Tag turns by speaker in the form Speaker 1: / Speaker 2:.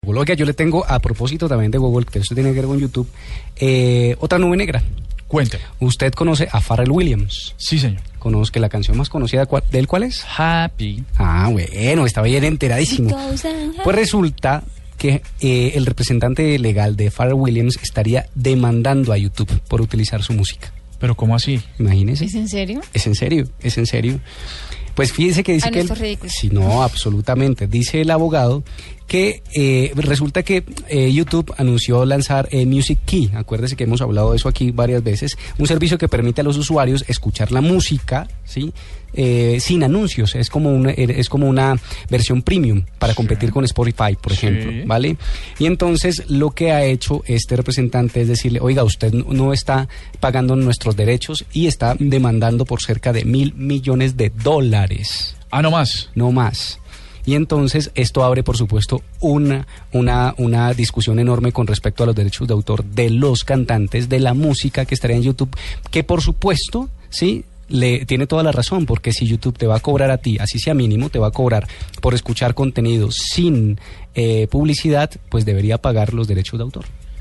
Speaker 1: Google. Oiga, yo le tengo, a propósito también de Google, que esto tiene que ver con YouTube, eh, otra nube negra.
Speaker 2: Cuente.
Speaker 1: Usted conoce a Pharrell Williams.
Speaker 2: Sí, señor.
Speaker 1: Conozca la canción más conocida cua- de él, ¿cuál es?
Speaker 2: Happy.
Speaker 1: Ah, bueno, estaba bien enteradísimo. Pues resulta que eh, el representante legal de Pharrell Williams estaría demandando a YouTube por utilizar su música.
Speaker 2: Pero ¿cómo así?
Speaker 1: Imagínese.
Speaker 3: ¿Es en serio?
Speaker 1: Es en serio, es en serio. Pues fíjense que dice
Speaker 3: Ay, Ah, no,
Speaker 1: que...
Speaker 3: esto es ridículo.
Speaker 1: Sí, no, absolutamente. Dice el abogado que eh, resulta que eh, YouTube anunció lanzar eh, Music Key. Acuérdese que hemos hablado de eso aquí varias veces. Un servicio que permite a los usuarios escuchar la música, ¿sí? Eh, sin anuncios. Es como, una, es como una versión premium para
Speaker 2: Sí.
Speaker 1: competir con Spotify, por
Speaker 2: Sí.
Speaker 1: ejemplo. ¿Vale? Y entonces lo que ha hecho este representante es decirle, oiga, usted no- no está pagando nuestros derechos y está demandando por cerca de mil millones de dólares
Speaker 2: Ah, no más.
Speaker 1: no más. Y entonces esto abre, por supuesto, una, una, una discusión enorme con respecto a los derechos de autor de los cantantes, de la música que estaría en YouTube, que por supuesto, sí, le tiene toda la razón, porque si YouTube te va a cobrar a ti, así sea mínimo, te va a cobrar por escuchar contenido sin eh, publicidad, pues debería pagar los derechos de autor.